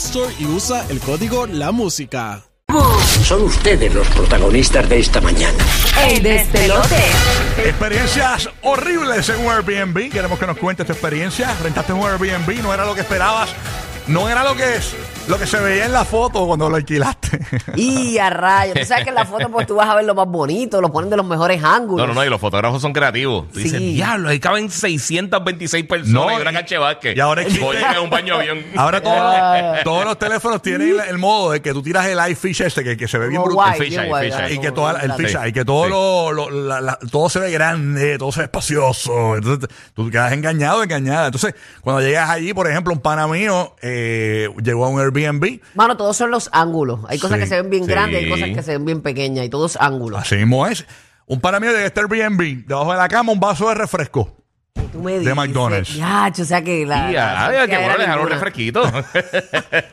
Store y usa el código La Música. Son ustedes los protagonistas de esta mañana. El despelote. Experiencias horribles en un Airbnb. Queremos que nos cuentes tu experiencia. Rentaste un Airbnb, no era lo que esperabas, no era lo que es, lo que se veía en la foto cuando lo alquilaste. Y a rayos. Tú sabes que en la foto pues, tú vas a ver lo más bonito, lo ponen de los mejores ángulos. No, no, no, y Pues, los fotógrafos son creativos. Tú dices, Sí. diablo, ahí caben 626 personas No, y una y- cancha de básquet. y ahora existe- Voy a ir a un baño de avión. Ahora todos, los, todos los teléfonos tienen el, el modo de que tú tiras el iFish este, que, que se ve bien Como brutal. guay, bien fisheye, guay, fisheye. ah, Y que como toda la- bien el grande. fish y que todo Sí. lo, lo- la- la- todo se ve grande, todo se ve espacioso. Entonces te- tú quedas engañado, engañada. Entonces, cuando llegas allí, por ejemplo, un pana mío eh, llegó a un Airbnb, Mano, todos son los ángulos. Hay cosas Sí, que se ven bien sí. grandes, hay cosas que se ven bien pequeñas, y todos ángulos. así mismo es. Un pana mío llegó a este Airbnb, debajo de la cama, un vaso de refresco. Tú me dices, McDonald's. "Yacho", o sea que la. la- Y ya, la- ay, que era bueno, dejaron ninguna. refresquito.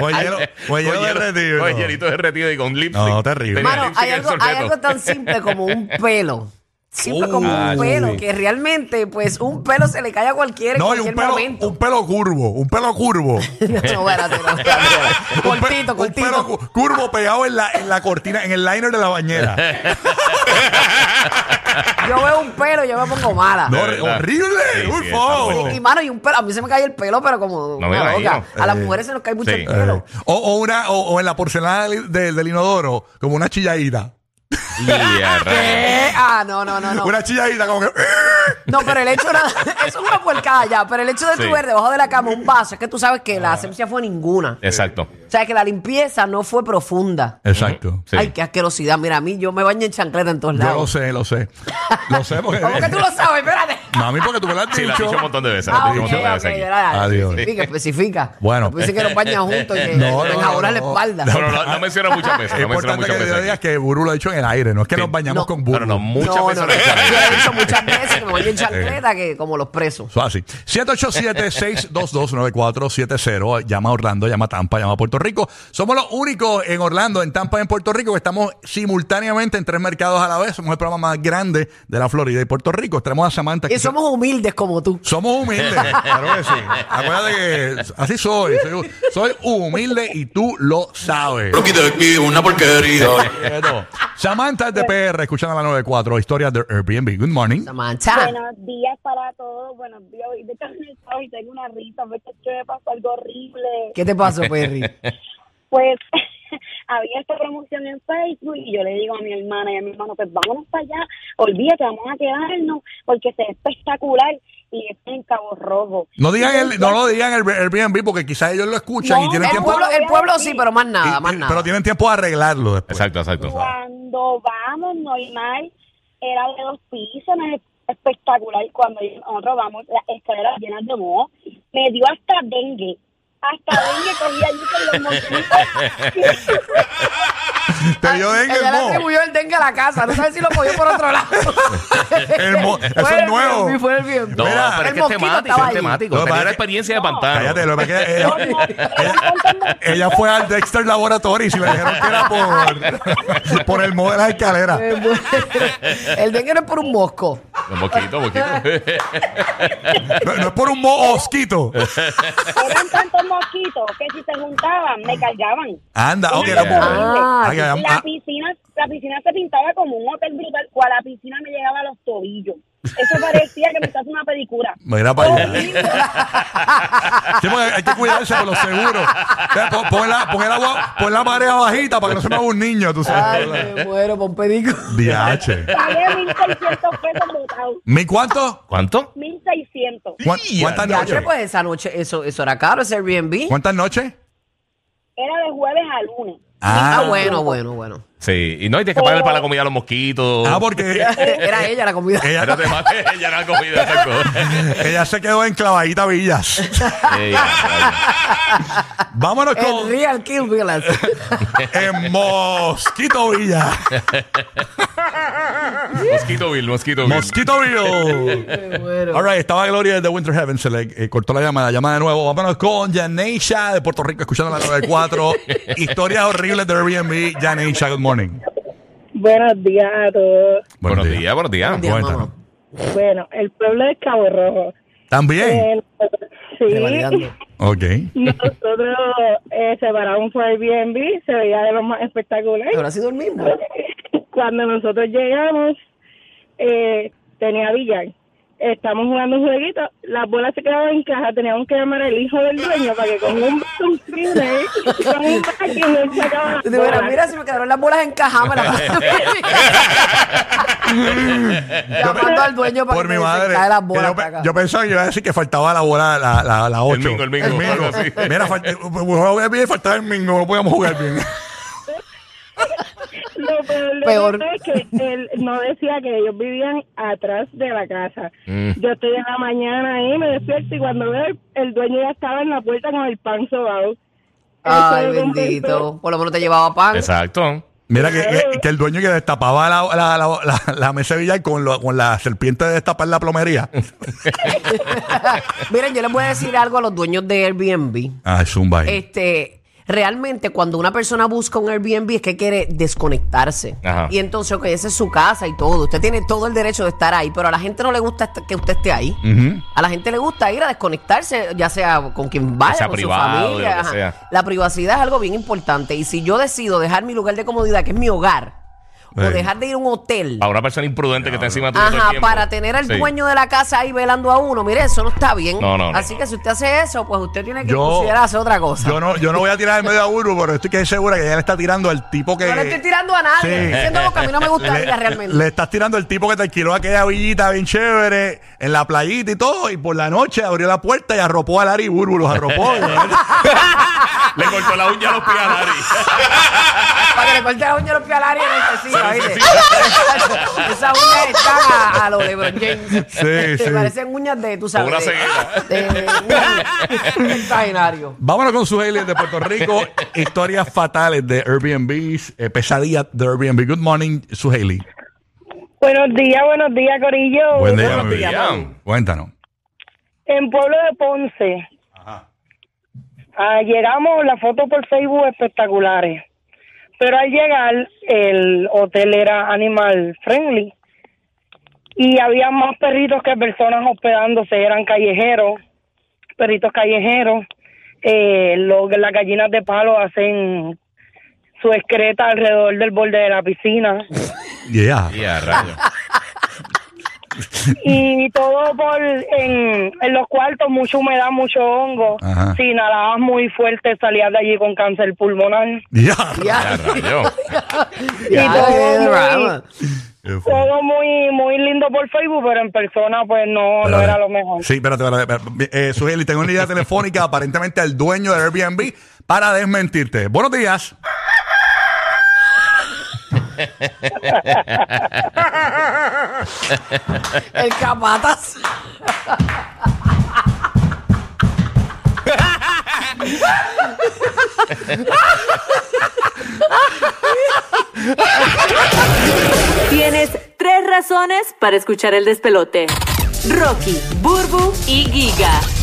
Con hielo, con hielo derretido. Con hielito derretido y con lipstick. No, terrible. Tenía Mano, lipstick hay en el algo, hay sorbeto. algo tan simple como un pelo. Simple Oh. como Ah, un pelo, sí. que realmente, pues, un pelo se le cae a cualquiera en No, y cualquier un pelo, momento. un pelo curvo, un pelo curvo. Un No, espérate, no, espérate. pe- cortito, Un pelo cortito. cu- curvo pegado en la, en la cortina, en el liner de la bañera. Yo veo un pelo, yo me pongo mala. No, De verdad. horrible, Sí, sí, por está favor. Y, y, mano, y un pelo. A mí se me cae el pelo, pero como. una No, mira, ahí, loca. ¿no? A las Eh, mujeres se nos cae mucho sí. el Eh, pelo. O, o una, o, o en la porcelana del, del- del inodoro, como una chilladita. Y a rayos. ¿Qué? Ah, no, no, no, no. Eh. Una chilladita como que. No, pero el hecho era. Eso es una puercada ya. Pero el hecho de Sí. tu ver debajo de la cama un vaso, es que tú sabes que Ah. la asepsia fue ninguna. Eh. Exacto. O sea, que la limpieza no fue profunda. Exacto. Sí. Ay, qué asquerosidad. Mira, a mí yo me baño en chancleta en todos Yo lo lados. sé, lo sé. Lo sé porque. ¿Cómo que tú lo sabes? Espérate. Mami, porque tú me lo has Sí, la he dicho. dicho un montón de veces. la Ah, he ok, dicho un montón de ok, veces aquí. era- Adiós. Especifica, especifica. Bueno. Después Dice que nos bañan juntos y que No, no, no, no, ahora la no. espalda. No, no, no, no menciona muchas veces. Es No menciona importante muchas que le veces. digas aquí. que Buru lo ha dicho en el aire, no es que Sí. nos bañamos No. con No, Buru. no, no, muchas no, veces. no, lo he dicho. no. Yo he dicho muchas veces que me Eh. voy en chancleta que como los presos. Eso así. 787-622-9470. Llama a Orlando, llama a Tampa, llama a Puerto Rico. Somos los únicos en Orlando, en Tampa, en Puerto Rico, que estamos simultáneamente en tres mercados a la vez. Somos el programa más grande de la Florida y Puerto Rico. Tenemos a Samantha. Y que- somos humildes como tú. Somos humildes, claro que sí. Acuérdate que así soy. Soy, soy humilde y tú lo sabes. Okidoki, una porquería. Pero, Samantha es de PR, escuchando la 94, historias de Airbnb. Good morning. La Ah. mancha. Buenos días para todos, buenos días. Hoy de camino al trabajo y tengo una risa, porque es que me pasó algo horrible. ¿Qué te pasó, Perry? Pues había esta promoción en Facebook y yo le digo a mi hermana y a mi hermano, pues vámonos para allá, olvídate, vamos a quedarnos, porque se ve espectacular y es en Cabo Rojo. No digan el- no lo digan el Airbnb porque quizás ellos lo escuchan No, y tienen el El tiempo. pueblo, el pueblo sí, Sí. pero más nada, y- más y- nada. pero tienen tiempo de arreglarlo después. Exacto, exacto. Cuando vamos normal, era de dos pisos, no es espectacular. Cuando nosotros vamos, las escaleras llenas de moho, me dio hasta dengue. Hasta dengue cogí allí con los mosquitos. Te dio dengue Ella el le mo. atribuyó el dengue a la casa. No sabes si lo cogió por otro lado. El mo- eso Fue es el nuevo. Airbnb, fue el Airbnb. No, Mira, pero el es que es mosquito estaba temático, es ahí. Lo temático. que pasa Tenía la es que- experiencia de No. pantano. Cállate, lo que pasa es que No, ella, no, eran tantos ella fue al Dexter Laboratory y si le dijeron que era por, por el mo de la escalera. Eh, bueno, el dengue no es por un mosco. Un poquito, un poquito. No, no es por un mo osquito. Eran tantos mosquitos que si se juntaban, me cargaban. Anda, ok. Yeah. Ah, Ay, am- La piscina, la piscina se pintaba como un hotel brutal, o a la piscina me llegaba a los tobillos. Eso parecía que me estás una película. Oh, Mira para allá. Oh. Sí, porque hay que cuidarse por los seguros. O sea, pon, pon la, pon el agua- pon la marea bajita para que no se mueva un niño, tú Ay, sabes. me muero, pon pedico. DH. Pagué 1.600 pesos botados. ¿Mi cuánto? ¿Cuánto? 1.600. ¿Cuán- Ya, ¿Cuántas Ya, noches? pues esa noche, eso, eso era caro, ese Airbnb. ¿Cuántas noches? Era de jueves a lunes. Ah, bueno, bueno, bueno. Sí, y no hay que Oh. escaparle para la comida a los mosquitos. Ah, porque Era ella la comida. ella, Espérate, mate, ya no ha comido esa cosa. ella se quedó enclavadita Villas. Ey, ay, Vámonos El con real kill violence. en Mosquito Villa. Mosquito Bill, Mosquito Bill. Mosquito Villa. Me muero. All right, estaba Gloria de Winter Heaven, se le eh, cortó la llamada, llama de nuevo. Vámonos con Janeisha de Puerto Rico, escuchando la 94. Historias horribles de Airbnb. Janeisha, good morning. Buenos días a todos. buenos días, buenos días. Buenos días, Cuéntanos. mamá. Bueno, el pueblo de Cabo Rojo. También. Eh, sí, Revalidando. Ok. nosotros eh, separamos por Airbnb, se veía de lo más espectacular. Habrá sido el mismo. Cuando nosotros llegamos, eh, tenía billar. Estamos jugando un jueguito, las bolas se quedaban en caja, teníamos que llamar al hijo del dueño para que con un un cine, con un backing, él sacaba las Yo te digo, mira, bolas. mira, se me quedaron las bolas en caja. me las- Llamando al dueño para Por que mi me madre. cae las que bolas yo, pe- para acá. yo pensaba que iba a decir que faltaba la bola, la, la, la 8. mingo, el mingo, algo así. Mira, eh, pues, falta- jugaba bien, faltaba el mingo, no podíamos jugar bien. Lo peor, de Peor. todo es que él no decía que ellos vivían atrás de la casa. Yo estoy en la mañana ahí, me despierto y cuando veo el, el dueño ya estaba en la puerta con el pan sobao. Ay, Eso me bendito. Por lo menos te llevaba pan. Exacto. Mira, que, que- que el dueño que destapaba la, la, la, la, la mesa de billar con, lo- con la serpiente de destapar la plomería. Miren, yo les voy a decir algo a los dueños de Airbnb. Ah, zumba. ahí. Este, realmente cuando una persona busca un Airbnb es que quiere desconectarse. Ajá. Y entonces, ok, esa es su casa y todo. Usted tiene todo el derecho de estar ahí, pero a la gente no le gusta est- que usted esté ahí. Ujú. A la gente le gusta ir a desconectarse, ya sea con quien vaya, sea con privado, su de familia. lo que ajá. sea. La privacidad es algo bien importante. Y si yo decido dejar mi lugar de comodidad, que es mi hogar, o Sí. dejar de ir a un hotel. Eh. A una persona imprudente que está encima tuyo todo el Ajá, tiempo. para tener al Sí. dueño de la casa ahí velando a uno, mire, eso no está bien. No, no, no. Así que si usted hace eso, pues usted tiene que Yo- considerar hacer otra cosa. Yo no, yo no voy a tirar en medio a Uru, pero estoy que segura que ella le está tirando al tipo que. No le estoy tirando a nadie. Sí. Estoy Diciendo lo que a mí no me gustaría Le, realmente. le estás tirando al tipo que te alquiló aquella villita bien chévere en la playita y todo, y por la noche abrió la puerta y arropó a Larry Burbu, los arropó. Le cortó la uña a los pies a Larry. Para que le corte la uña a los pies al área necesita, Se ¿viste? necesita. Esas uñas están a, a los LeBron James. Sí, Te sí. parecen uñas de, tú sabes. una de- ceguera. de- un- Extraordinario. Vámonos con sus aliens de Puerto Rico, historias fatales de Airbnb, eh, pesadillas de Airbnb. Good morning, su Haley. Buenos días, buenos días, Corillo. Buenos mi días. vida. Cuéntanos. En Pueblo de Ponce. Ah, llegamos, la foto por Facebook espectaculares. Pero al llegar, el hotel era animal friendly. Y había más perritos que personas hospedándose. Eran callejeros, perritos callejeros. Eh, lo- las gallinas de palo hacen su excreta alrededor del borde de la piscina. Yeah. Y a rayos. y todo por en, en los cuartos mucha humedad mucho hongo Ajá. si inhalabas muy fuerte salías de allí con cáncer pulmonar Yeah. Ya, rayos. Ya, todo qué muy- drama. todo muy muy lindo por Facebook pero en persona pues no no Espérate. era lo mejor Sí, espérate, espérate. espérate. Eh, Sujeli, tengo una idea telefónica aparentemente al dueño de Airbnb para desmentirte. Buenos días. El capataz. Tienes tres razones para escuchar el despelote. Rocky, Burbu y Giga.